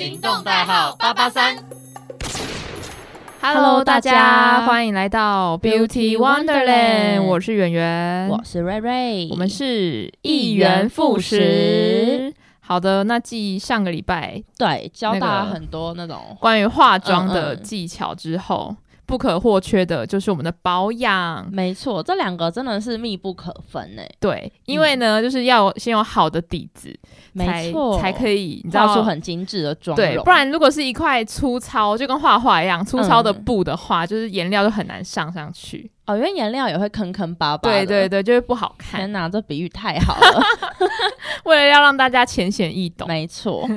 运动代号八八三。 Hello，大大家家欢迎来到 Beauty Beauty Wonderland， Wonderland 我是圆圆，我是瑞瑞，我们是一元复始。好的，那继上个礼拜对教那个大家很多那种关于化妆的嗯嗯技巧之后，不可或缺的就是我们的保养。没错，这两个真的是密不可分诶、对，因为呢，就是要先有好的底子，嗯没错，才才可以以，你知画道出很精致的妆对，容，不然如果是一块粗糙，就跟画画一样，粗糙的嗯布的话，就是颜料就很难上上去。哦，因为颜料也会坑坑巴巴对的。对对，就会不好看。天哪，这比喻太好了， 为了要让大家浅显易懂，没错。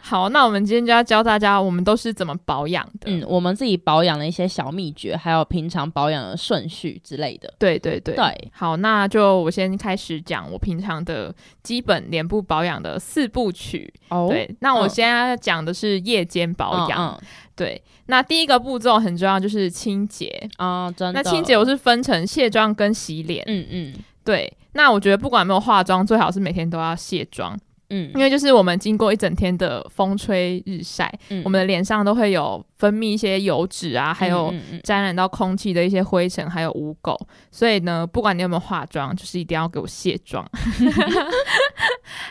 好，那我们今天就要教大家我们都是怎么保养的。嗯，我们自己保养的一些小秘诀，还有平常保养的顺序之类的。对对对，对好，那就我先开始讲我平常的基本脸部保养的四部曲。哦对，那我嗯现在要讲的是夜间保养。啊、嗯对，那第一个步骤很重要，就是清洁。嗯啊真的。那清洁我是分成卸妆跟洗脸。嗯嗯对，那我觉得不管有没有化妆，最好是每天都要卸妆，嗯因为就是我们经过一整天的风吹日晒，嗯我们的脸上都会有分泌一些油脂啊，还有嗯嗯沾染到空气的一些灰尘，还有污垢。所以呢，不管你有没有化妆，就是一定要给我卸妆。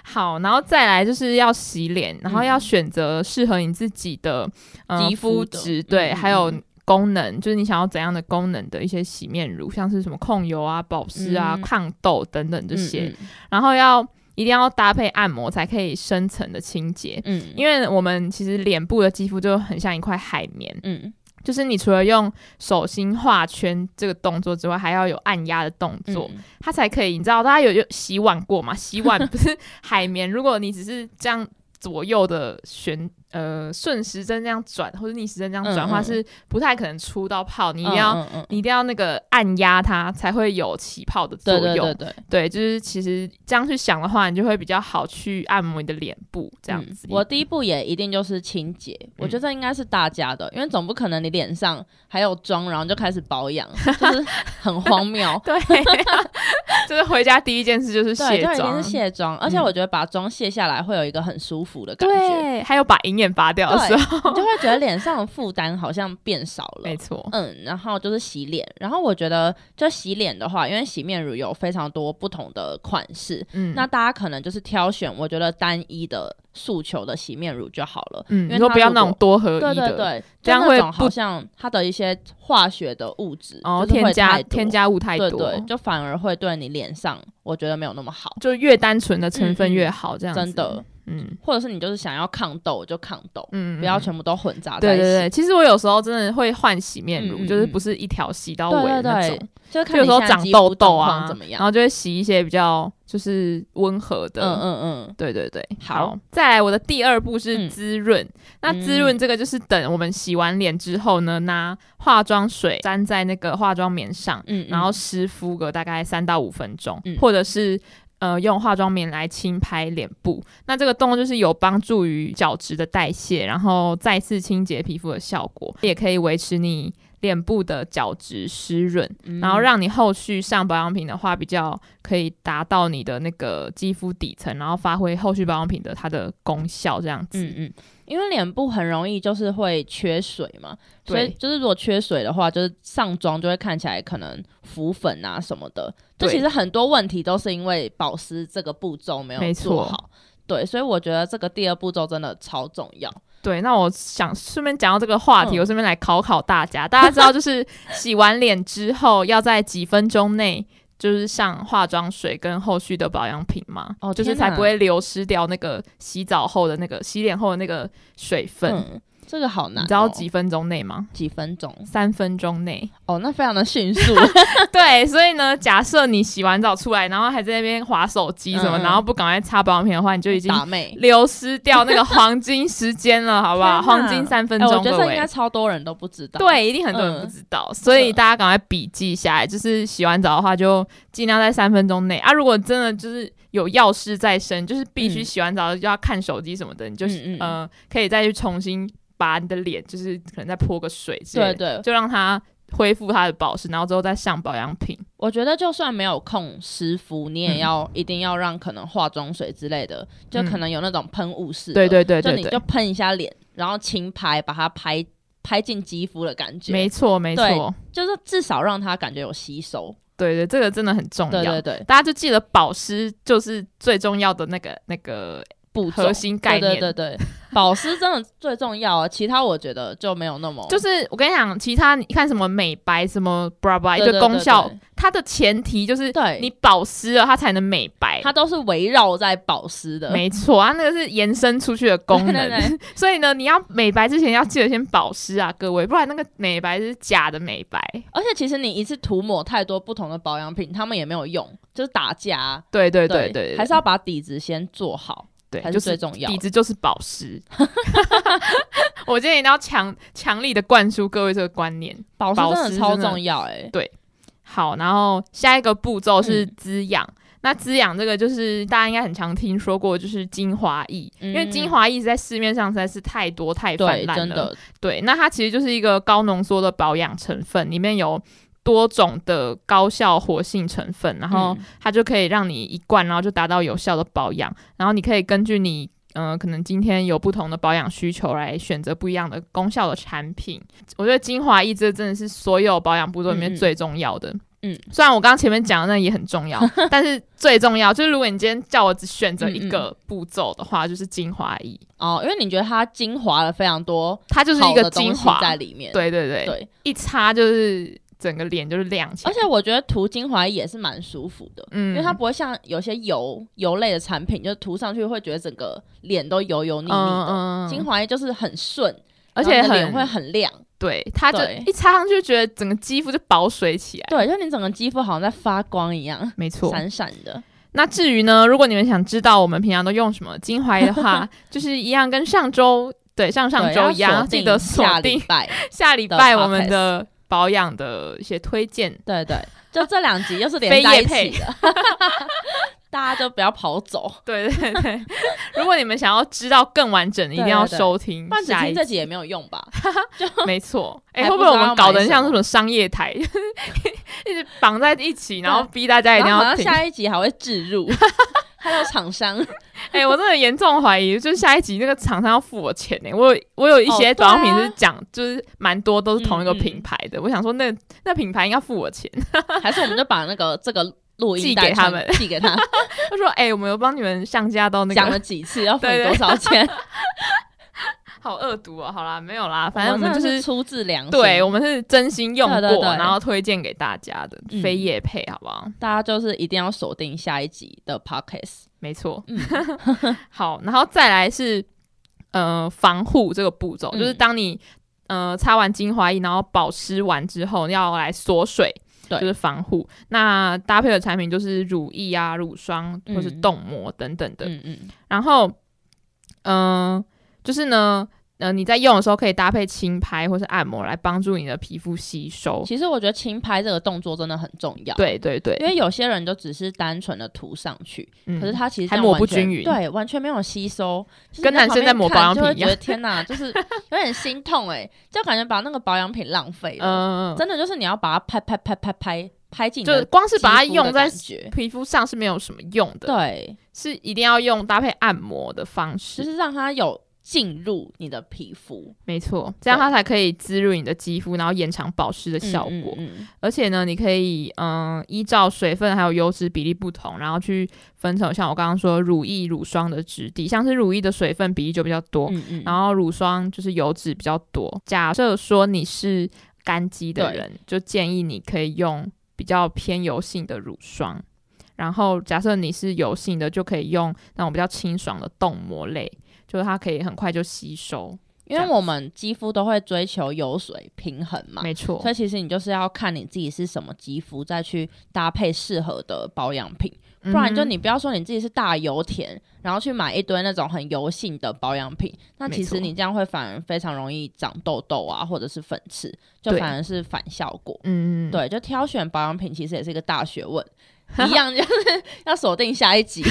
好，然后再来就是要洗脸，然后要选择适合你自己的、呃、嗯肌肤肤的质，嗯对，嗯还有。功能就是你想要怎样的功能的一些洗面乳，像是什么控油啊、保湿啊、嗯抗痘等等这些，嗯然后要一定要搭配按摩才可以深层的清洁，嗯，嗯因为我们其实脸部的肌肤就很像一块海绵，嗯就是你除了用手心画圈这个动作之外，还要有按压的动嗯作，它才可以。你知道大家有有洗碗过吗？洗碗不是 海绵，如果你只是这样左右的旋呃顺时针这样转，或者逆时针这样转的嗯话，嗯是不太可能出到泡。你一定要、嗯嗯嗯你一定要那个按压它，才会有起泡的作对用。对对对，对就是其实这样去想的话，你就会比较好去按摩你的脸部这样嗯子。嗯我第一步也一定就是清洁，我觉得这应该是大家的，因为总不可能你脸上还有妆，然后就开始保养，就是很荒谬。 对，就是回家第一件事就是啊对，卸就已妆嗯经是。卸妆，而且我觉得把妆卸下来会有一个很舒服的感 觉，对，还有把银眼拔掉的时候，你就会觉得脸上的负担好像变少了 没。错，嗯，然后就是洗脸，然后我觉得就洗脸的话，因为洗面乳有非常多不同的款式，嗯，那大家可能就是挑选我觉得单一的诉求的洗面乳就好了。嗯，因你为说它不要如那种果多合一对的，对对，这样就会那种不好像它的一些化学的物质哦，就是添会加太多添加物太多，对对，就反而会对你脸上，我觉得没有那么好，就越单纯的成分嗯嗯越好，这样子真的，。嗯或者是你就是想要抗痘就抗痘，嗯，不要嗯全部都混杂在对一起。对对，其实我有时候真的会换洗面乳，嗯嗯就是嗯不是一条洗到尾对的那对对，种，就是就看有你时候现在长肌痘肤痘状啊况怎么然样。后就会洗一些比较就是温和的，嗯嗯嗯，对对对，好再来我的第二步是嗯滋润。那滋润这个就是等我们洗完脸之后呢，拿化妆水沾在那个化妆棉上，嗯，嗯然后湿敷个大概三到五分钟，嗯或者是。呃，用化妆棉来轻拍脸部，那这个动作就是有帮助于角质的代谢，然后再次清洁皮肤的效果，也可以维持你脸部的角质湿润。嗯然后让你后续上保养品的话，比较可以达到你的那个肌肤底层，然后发挥后续保养品的它的功效，这样子。嗯嗯，因为脸部很容易就是会缺水嘛，所对以就是如果缺水的话，就是上妆就会看起来可能浮粉啊什么的。就对其实很多问题都是因为保湿这个步骤没没有错做好。对，所以我觉得这个第二步骤真的超重要。对，那我想顺便讲到这个话题，嗯我顺便来考考大家，大家知 道就是洗完脸之后要在几分钟内。就是上化妆水跟后续的保养品嘛，哦就是天才哪不会流失掉那个洗澡后的那个洗脸后的那个水分。嗯，这个好难、你哦。知道几分钟内吗？几分钟？三分钟内。哦，那非常的迅速。对，所以呢，假设你洗完澡出来，然后还在那边划手机什么，嗯嗯然后不赶快擦保养品的话， 你就已经 打妹。流失掉那个黄金时间了，好不 天好？哪黄金三分哎、我钟，觉得这各应位该。超多人都不知道。，对，一定很多人不嗯知道，所以大家赶快笔记下来。就是洗完澡的话，就尽量在三分钟内啊。如果真的就是有要事在身，就是必须嗯洗完澡就要看手机什么的，你就是嗯嗯呃可以再去重新把你的脸，就是可能再泼个水之类的，对对就让它恢复它的保湿，然后之后再上保养品。我觉得就算没有控湿敷，你嗯也要、一定要让可能化妆水之类的，就可能有那种喷雾式的，嗯对对对就对你对，就喷一下脸，然后轻拍，把它拍拍进肌肤的感觉，没错没对错，就是至少让它感觉有吸收。对对，这个真的很重嗯要。对对对，大家就记得保湿就是最重要的那个那个步骤核心概念。对对对 对，保湿真的最重要啊，其他我觉得就没有那么就是我跟你讲，其他你看什么美白、什么 bra bra 一对对堆功效，对对它的前提就是对你保湿了，它才能美白。它都是围绕在保湿的 没错，啊它那个是延伸出去的功能。对对 所以呢，你要美白之前要记得先保湿啊，各位，不然那个美白是假的美白。而且其实你一次涂抹太多不同的保养品，他们也没有用，就是打架啊。对对对对，还是要把底子先做好，对，才就是最重要底。子就是保湿。 我今天一定要强强力的灌输各位这个观念。保湿保真湿的超真的重要哎、好，然后下一个步骤是嗯滋养。那滋养这个就是大家应该很常听说过，就是精华液，因为嗯精华液在市面上实在是太多太泛对，滥真了。的，对，那它其实就是一个高浓缩的保养成分，里面有多种的高效活性成分，然后嗯它就可以让你一罐，然后就达到有效的保养。然后你可以根据你，嗯、可能今天有不同的保养需求来选择不一样的功效的产品。我觉得精华液这真的是所有保养步骤里面嗯嗯最重要的。嗯虽然我刚刚前面讲的那也很重要，但是最重要就是，如果你今天叫我只选择一嗯嗯个步骤的话，就是精华液，哦，因为你觉得它精华了非常多，它就是一好个的精东西华在里面。对对对，对，一擦就是整个脸就是亮起来，而且我觉得涂精华也是蛮舒服的。嗯因为它不会像有些油油类的产品，就涂上去会觉得整个脸都油油腻腻的。嗯精，华液就是很顺，而且然后你的脸很会很亮，对，它就对一擦上去就觉得整个肌肤就保水起来，对，就你整个肌肤好像在发光一样，没错。闪闪的。那至于呢，如果你们想知道我们平常都用什么精华液的话， 就是一样跟上周对上上对周要一样，锁记定得锁下定礼拜。 下礼的拜我们 podcast 的保养的一些推荐。对对，就这两集又是非连在业一配起的， 大家就不要跑走， 对对对，如果你们想要知道更完整的，一定对要对对收听不然只下一听这集也没有用吧？ 没错，哎、还会不不知会道我们搞要得买很像那什么种商业台， 一直绑在一起，然后逼大家一然定后好要像听？下一集还会置 入，还有厂商哎、我真的严重怀疑，就是下一集那个厂商要付我钱呢、我有我有一哦些对短品啊是讲，就是蛮多都是同一个嗯嗯品牌的。我想说那，那品牌应该付我钱。 还是我们就把那个这个录音寄给带他传们，寄给他，他说：“哎、我们有帮你们上架 到那讲个，了几次要付对你多对少钱？好恶毒哦。”好啦，没有啦，反正我真们的就是出自良心，对，我们是真心用过，对对对然后推荐给大家的，嗯非业配，好不好？大家就是一定要锁定下一集的 podcast。没错，嗯 好，然后再来是呃防护这个步骤，嗯就是当你呃擦完精华液，然后保湿完之后，要来锁水，对就是防护。那搭配的产品就是乳液啊、乳霜嗯或是冻膜等等的。嗯嗯，然后，嗯、就是呢，呃，你在用的时候可以搭配轻拍或是按摩来帮助你的皮肤吸收。其实我觉得轻拍这个动作真的很重要，，对对对，因为有些人就只是单纯的涂上去，嗯可是它其实还这样抹不完全均匀对，完全没有吸收，就是跟你在男旁生在边抹看保养就会品一样觉得天 哪，就是有点心痛哎、就感觉把那个保养品浪费了。嗯、真的就是你要把它拍拍拍拍拍拍进，就是光是把它用在觉，皮肤上是没有什么用的。对，是一定要用搭配按摩的方就式，是让它有进入你的皮肤没错，这样它才可以滋润你的肌肤，然后延长保湿的效果。嗯嗯嗯而且呢，你可以嗯依照水分还有油脂比例不同，然后去分成像我刚刚说乳液、乳霜的质地，像是乳液的水分比例就比较多，嗯嗯然后乳霜就是油脂比较多。假设说你是干肌的人，就建议你可以用比较偏油性的乳霜。然后，假设你是油性的，就可以用那种比较清爽的冻膜类，就是它可以很快就吸收。因为我们肌肤都会追求油水平衡嘛，没错所，以其实你就是要看你自己是什么肌肤，再去搭配适合的保养品。不然就嗯你不要说你自己是大油田，然后去买一堆那种很油性的保养品，那没其错实你这样会反而非常容易长痘痘啊，或者是粉刺，就对反而是反效果。嗯，嗯， 对，就挑选保养品其实也是一个大学问。一样就是 要锁定下一集。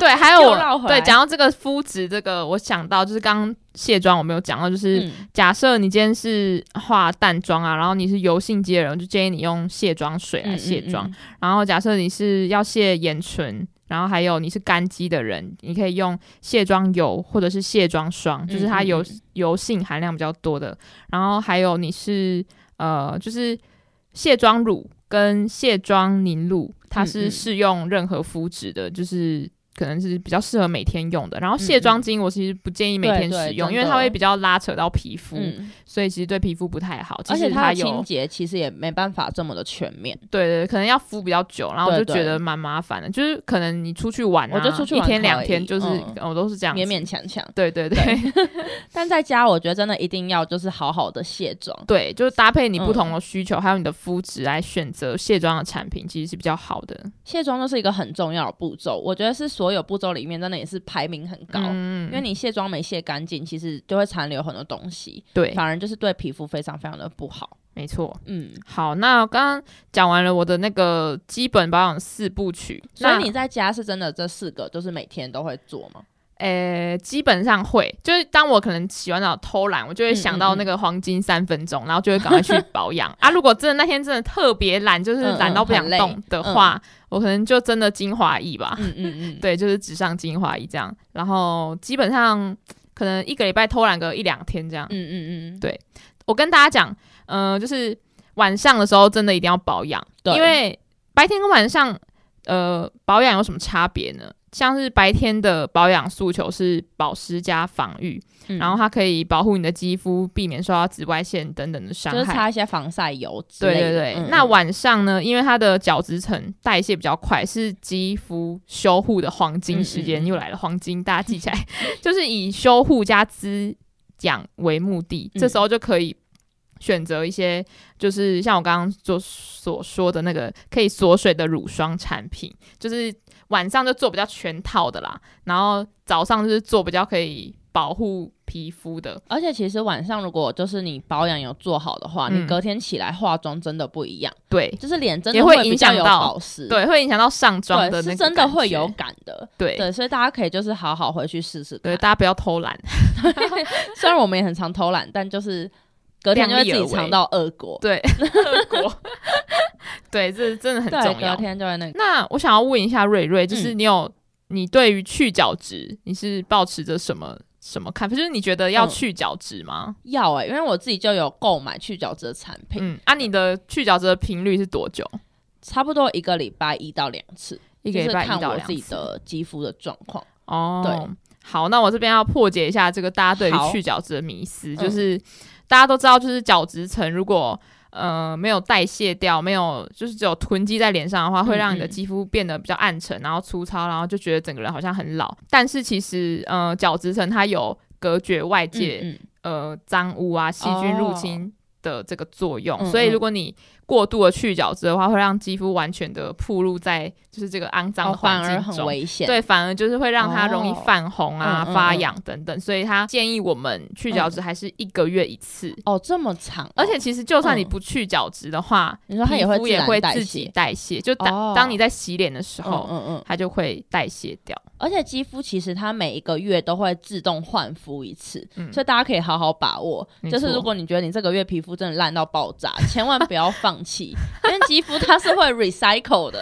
对，还有 又哎我绕回来对讲到这个肤质，这个我想到就是刚刚卸妆我没有讲到，就是、嗯，假设你今天是化淡妆啊，然后你是油性肌的人，我就建议你用卸妆水来卸嗯，妆。嗯然后假设你是要卸眼唇，然后还有你是干肌的人，你可以用卸妆油或者是卸妆霜，就是它油、嗯嗯油性含量比较多的。然后还有你是呃，就是卸妆乳跟卸妆凝露，它嗯是嗯适用任何肤质的，就是。可能是比较适合每天用的，然后嗯卸妆巾我其实不建议每对天对使用，真因为它的会比较拉扯到皮肤，嗯嗯所以其实对皮肤不太好。即而且使它的有清洁其实也没办法这么的全面。对对，可能要敷比较久，然后我就对对觉得蛮麻烦的。就是可能你出去玩、啊，我觉得出去玩一天可以两天，就是嗯我、哦都是这样子勉勉强强，对对对但在家我觉得真的一定要就是好好的卸妆， 对，就是搭配你不同的需求，还有你的肤质来选择卸妆的产品，其实是比较好的。卸妆就是一个很重要的步骤，我觉得是所有步骤里面真的也是排名很高，嗯因为你卸妆没卸干净，其实就会残留很多东西，对反，而就是对皮肤非常非常的不好。没错。嗯，好，那刚刚讲完了我的那个基本保养四部曲，所那以你在家是真的这四个就是每天都会做吗？呃，基本上会，就是当我可能洗完澡偷懒，我就会嗯想到那个黄金三分钟，然后就会赶快去保养啊。如果真的那天真的特别懒，就是嗯嗯懒到不想很累动的话，我可能就真的精华液吧，嗯嗯嗯， 对，就是只上精华液这样。然后基本上可能一个礼拜偷懒个一两天这样。嗯嗯嗯，对我跟大家讲，呃，就是晚上的时候真的一定要保养，对因为白天跟晚上，呃，保养有什么差别呢？像是白天的保养诉求是保湿加防御，嗯然后它可以保护你的肌肤，避免受到紫外线等等的伤就是害。擦一些防晒油之对类的。对对，嗯那嗯晚上呢？因为它的角质层代谢比较快，是肌肤修护的黄金时间，嗯嗯嗯又来了黄金，大家记起来， 就是以修护加滋养为目的，嗯这时候就可以选择一些，就是像我刚刚所所说的那个可以锁水的乳霜产品，就是晚上就做比较全套的啦，然后早上就是做比较可以保护皮肤的，而且其实晚上如果就是你保养有做好的话，嗯你隔天起来化妆真的不一样，对就是脸真也的会比影较响有到保湿。对，会影响到上妆对的那是个真的会感觉有感的。对对，所以大家可以就是好好回去试试对，看。大家不要偷懒。 虽然我们也很常偷懒，但就是隔天就会自量力己而为尝到恶果。 对，恶果。对，嗯这真的很对，重隔要。天就会那个。那我想要问一下瑞瑞，就是你有、你对于去角质，你是保持着什么什么看法？就是你觉得要嗯去角质吗？要哎、因为我自己就有购买去角质的产品，嗯，啊，你的去角质的频率是多久？差不多一个礼拜一到两次，一个礼拜就是一看到我两自己次。的肌肤的状况。哦，对。好，那我这边要破解一下这个大家对于好去角质的迷思，嗯就是、大家都知道，就是角质层如果呃没有代谢掉，没有就是只有囤积在脸上的话，会让你的嗯肌肤变得比较暗沉，然后粗糙，然后就觉得整个人好像很老。但是其实呃角质层它有隔绝外界、嗯呃脏污啊、细菌入侵的这个作用。嗯嗯所以如果你过度的去角质的话，会让肌肤完全的暴露在就是这个肮嗯，脏哦的环反境而中，很危险。对，反而就是会让它容易哦泛红啊、嗯嗯发嗯痒等等，所以他建议我们去角质还是一个月一次。哦，这么长哦、而且其实就算你嗯不去角质的话，你说它皮也会肤自也然会代自谢己代谢，就当、哦当你在洗脸的时嗯候，嗯嗯，它就会代谢掉。而且肌肤其实它每一个月都会自动换肤一次，嗯 所以大家可以好好把握。没就是错如果你觉得你这个月皮肤真的烂到爆炸， 千万不要放弃，因为肌肤它是会 recycle 的，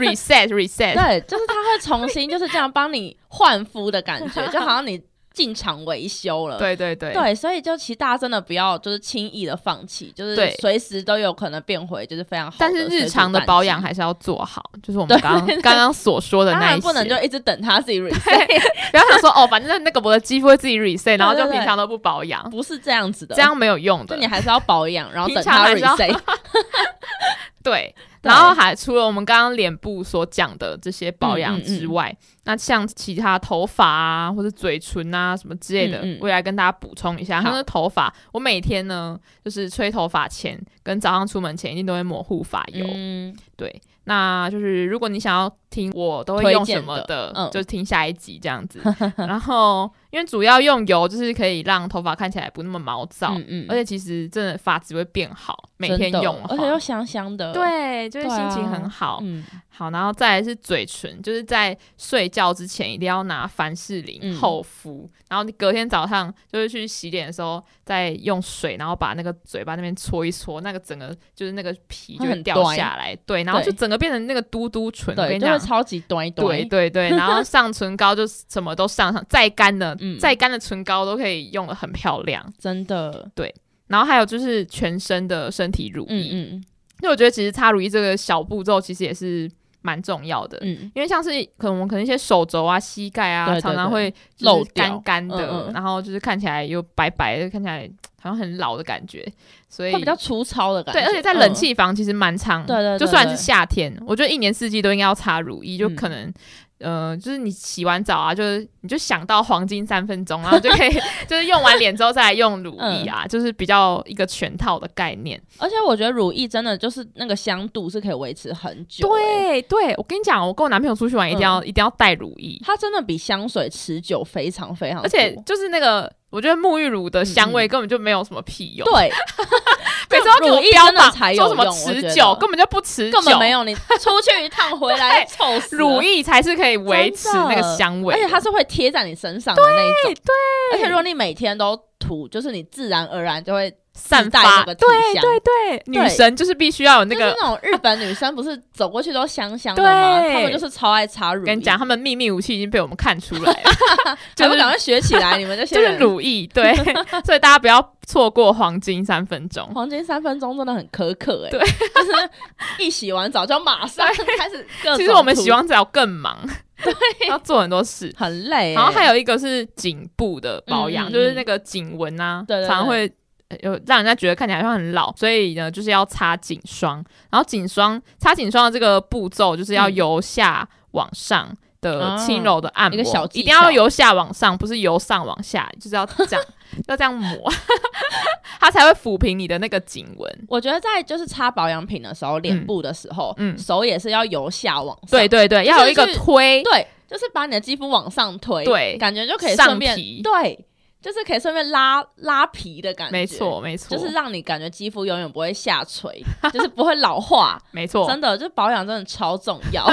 reset reset，对，就是它会重新就是这样帮你换肤的感 觉，就好像你进厂维修了。对对对呃对，所以就其实大家真的不要就是轻易的放弃，就是对随时都有可能变回就是非常好的但水是煮蛋肌。日常的保养还是要做好，就是我们对刚 刚刚刚所说的当那一然些，不能 就一直等它自己 reset，不要想说哦，反正那个我的肌肤会自己 reset，然后就对对平常都不保养，不是这样子的。这样没有用就的你。还是要保养，然后平等常它还是要 reset。对，对然后还除了我们刚刚脸部所讲的这些保养嗯嗯之外，那像其他头发啊，或者嘴唇啊什么之类的，嗯嗯我也来跟大家补充一下。好像是头发，我每天呢就是吹头发前跟早上出门前一定都会抹护发油。嗯，对，那就是如果你想要听我都会推用荐什么的，的嗯就听下一集这样 子。然后因为主要用油就是可以让头发看起来不那么毛躁，嗯嗯而且其实真的发质会变好，每真天的用的话而且又香香的。对，对，就是心情很好。嗯，好，然后再来是嘴唇，就是在睡觉之前一定要拿凡士林嗯厚敷，然后你隔天早上就是去洗脸的时候再用水，然后把那个嘴巴那边搓一搓，那个整个就是那个皮就会会很掉短下来，对，然后就对整个变成那个嘟嘟唇，我跟对，你就会讲。超级短一短对。对 对，然后上唇膏就什么都上上，再干的、嗯再干的唇膏都可以用的很漂亮。真的，然后还有就是全身的身体乳嗯液，嗯因为我觉得其实擦乳液这个小步骤其实也是蛮重要的，嗯，因为像是可能我们可能一些手肘啊、膝盖啊，对对常常会就是漏掉干干的，嗯嗯然后就是看起来又白白的，看起来好像很老的感觉，所以它比较粗糙的感觉，对，而且在嗯冷，气房其实蛮长，对对对就算对是嗯夏天，我觉得一年四季都应该要擦乳液，就可能。呃，就是你洗完澡啊，就是你就想到黄金三分钟，然后就可以 就是用完脸之后再来用乳嗯液啊，就是比较一个全套的概念。而且我觉得乳液真的就是那个香度是可以维持很久，欸，嗯对对，我跟你讲，我跟我男朋友出去玩一定要、一定要带乳液，它真的比香水持久非常非常多，而且就是那个，我觉得沐浴乳的香嗯味嗯根本就没有什么屁用。对，每次都给我乳液标真的榜才说有什么用我持觉久，得根本就不持久，根本没。有你出去一趟回 来臭死了乳液才是可以维持那个香味而的，且它是会贴在你身上的那一种，对，而且如果你每天都涂，就是你自然而然就会散自带发，那个体对香对对，女神就是必须要有那就是个。那种日本女生不是走过去都香香的吗？对她们就是超爱擦乳液，跟你讲，他们秘密武器已经被我们看出来了， 还就不赶是快学起 来？你们这些就是人乳液， 对，所以大家不要错过黄金三分钟。黄金三分钟真的很苛刻哎、对，就是一洗完澡就马上 开始各种涂，其实我们洗完澡更忙，对， 要做很多事。很累、欸，然后还有有一个是颈部的保养，嗯嗯就是那个颈纹啊，对对对常常会呃有让人家觉得看起来像很老，所以呢，就是要擦颈霜。然后颈霜擦颈霜的这个步骤，就是要嗯由下往上的啊轻柔的按一摩，个小技巧一定要由下往上，不是由上往下，就是要这样，要这样抹， 它才会抚平你的那个颈纹。我觉得在就是擦保养品的时候，脸嗯部的时候，嗯手也是要由下往上，对对对，要有一个就是推，对，就是把你的肌肤往上推，对感觉就可以上顺便皮对，就是可以顺便拉拉皮的感觉，没，错没错，就是让你感觉肌肤永远不会下垂， 就是不会老化。没错，真的，就是保养真的超重 要。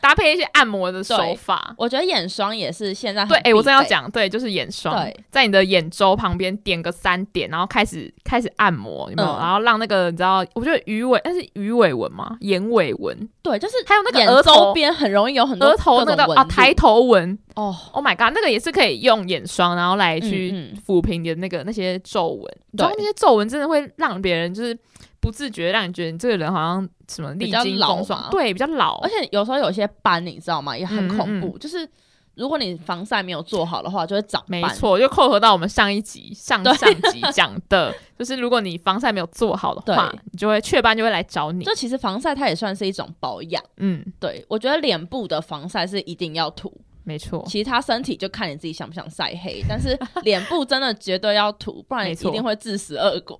搭配一些按摩的手对法。我觉得眼霜也是现在很对，哎、我必正要备，讲，对，就是眼霜对，在你的眼周旁边点个三点，然后开始开始按摩，有没有？嗯然后让那个你知道，我觉得鱼尾，但是鱼尾纹嘛，眼尾纹，对，就是还有那个眼额周头边很容易有很多额头各那种个纹啊路抬头纹哦， ，Oh my god，那个也是可以用眼霜，然后来去嗯嗯抚平你的那个那些皱纹。你知道对那些皱纹真的会让别人就是不自觉，让你觉得你这个人好像什么历较经老风霜嘛，对，比较老而。且有时候有些斑，你知道吗？也很哦嗯嗯恐怖，就是如果你防晒没有做好的话，就会长没斑。错，就扣合到我们上一集、上对上集讲的， 就是如果你防晒没有做好的话对，你就会雀斑就会来找你。就其实防晒它也算是一种保养，嗯，对我觉得脸部的防晒是一定要涂，没错，其他身体就看你自己想不想晒黑，但 是脸部真的绝对要涂，不然没一错定会自食恶 果。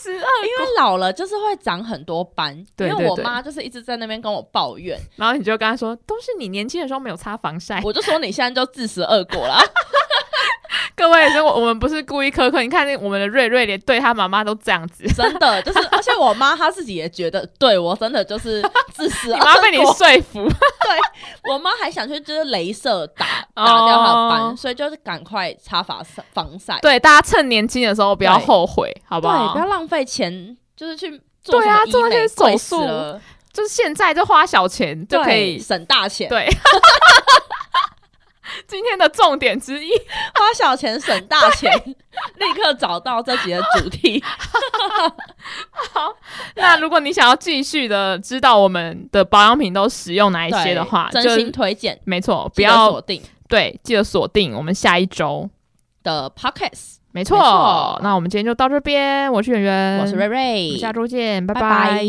是啊。因为老了就是会长很多斑，对因对为我对妈就是一直在那边跟我抱怨，然后你就跟他说，都是你年轻的时候没有擦防晒。我就说你现在就自食恶果啊 啦。各位，所以我我们不是故意苛刻，你看那我们的瑞瑞连对他妈妈都这样子，真的就是，而且我妈她自己也觉得，对我真的就是自 私。 你妈被你说服。对我妈还想去就是镭射打打掉她的斑，哦所以就是赶快擦防晒防晒， 对，大家趁年轻的时候不要对后悔，好不对，好不要？浪费钱，就是去做对什么啊医做那美些手贵死术了就是现在就花小钱就可对以。省大钱， 对，今天的重点之一，花小钱省大钱， 立刻找到这集的主题。 那如果你想要继续的知道我们的保养品都使用哪一些的话，对就真心推荐，没错，不记得要锁定对，记得锁定我们下一周。的 Podcast。没错，没错那我们今天就到这边。我是圆圆，我是瑞瑞，我们下周见，拜嗯拜拜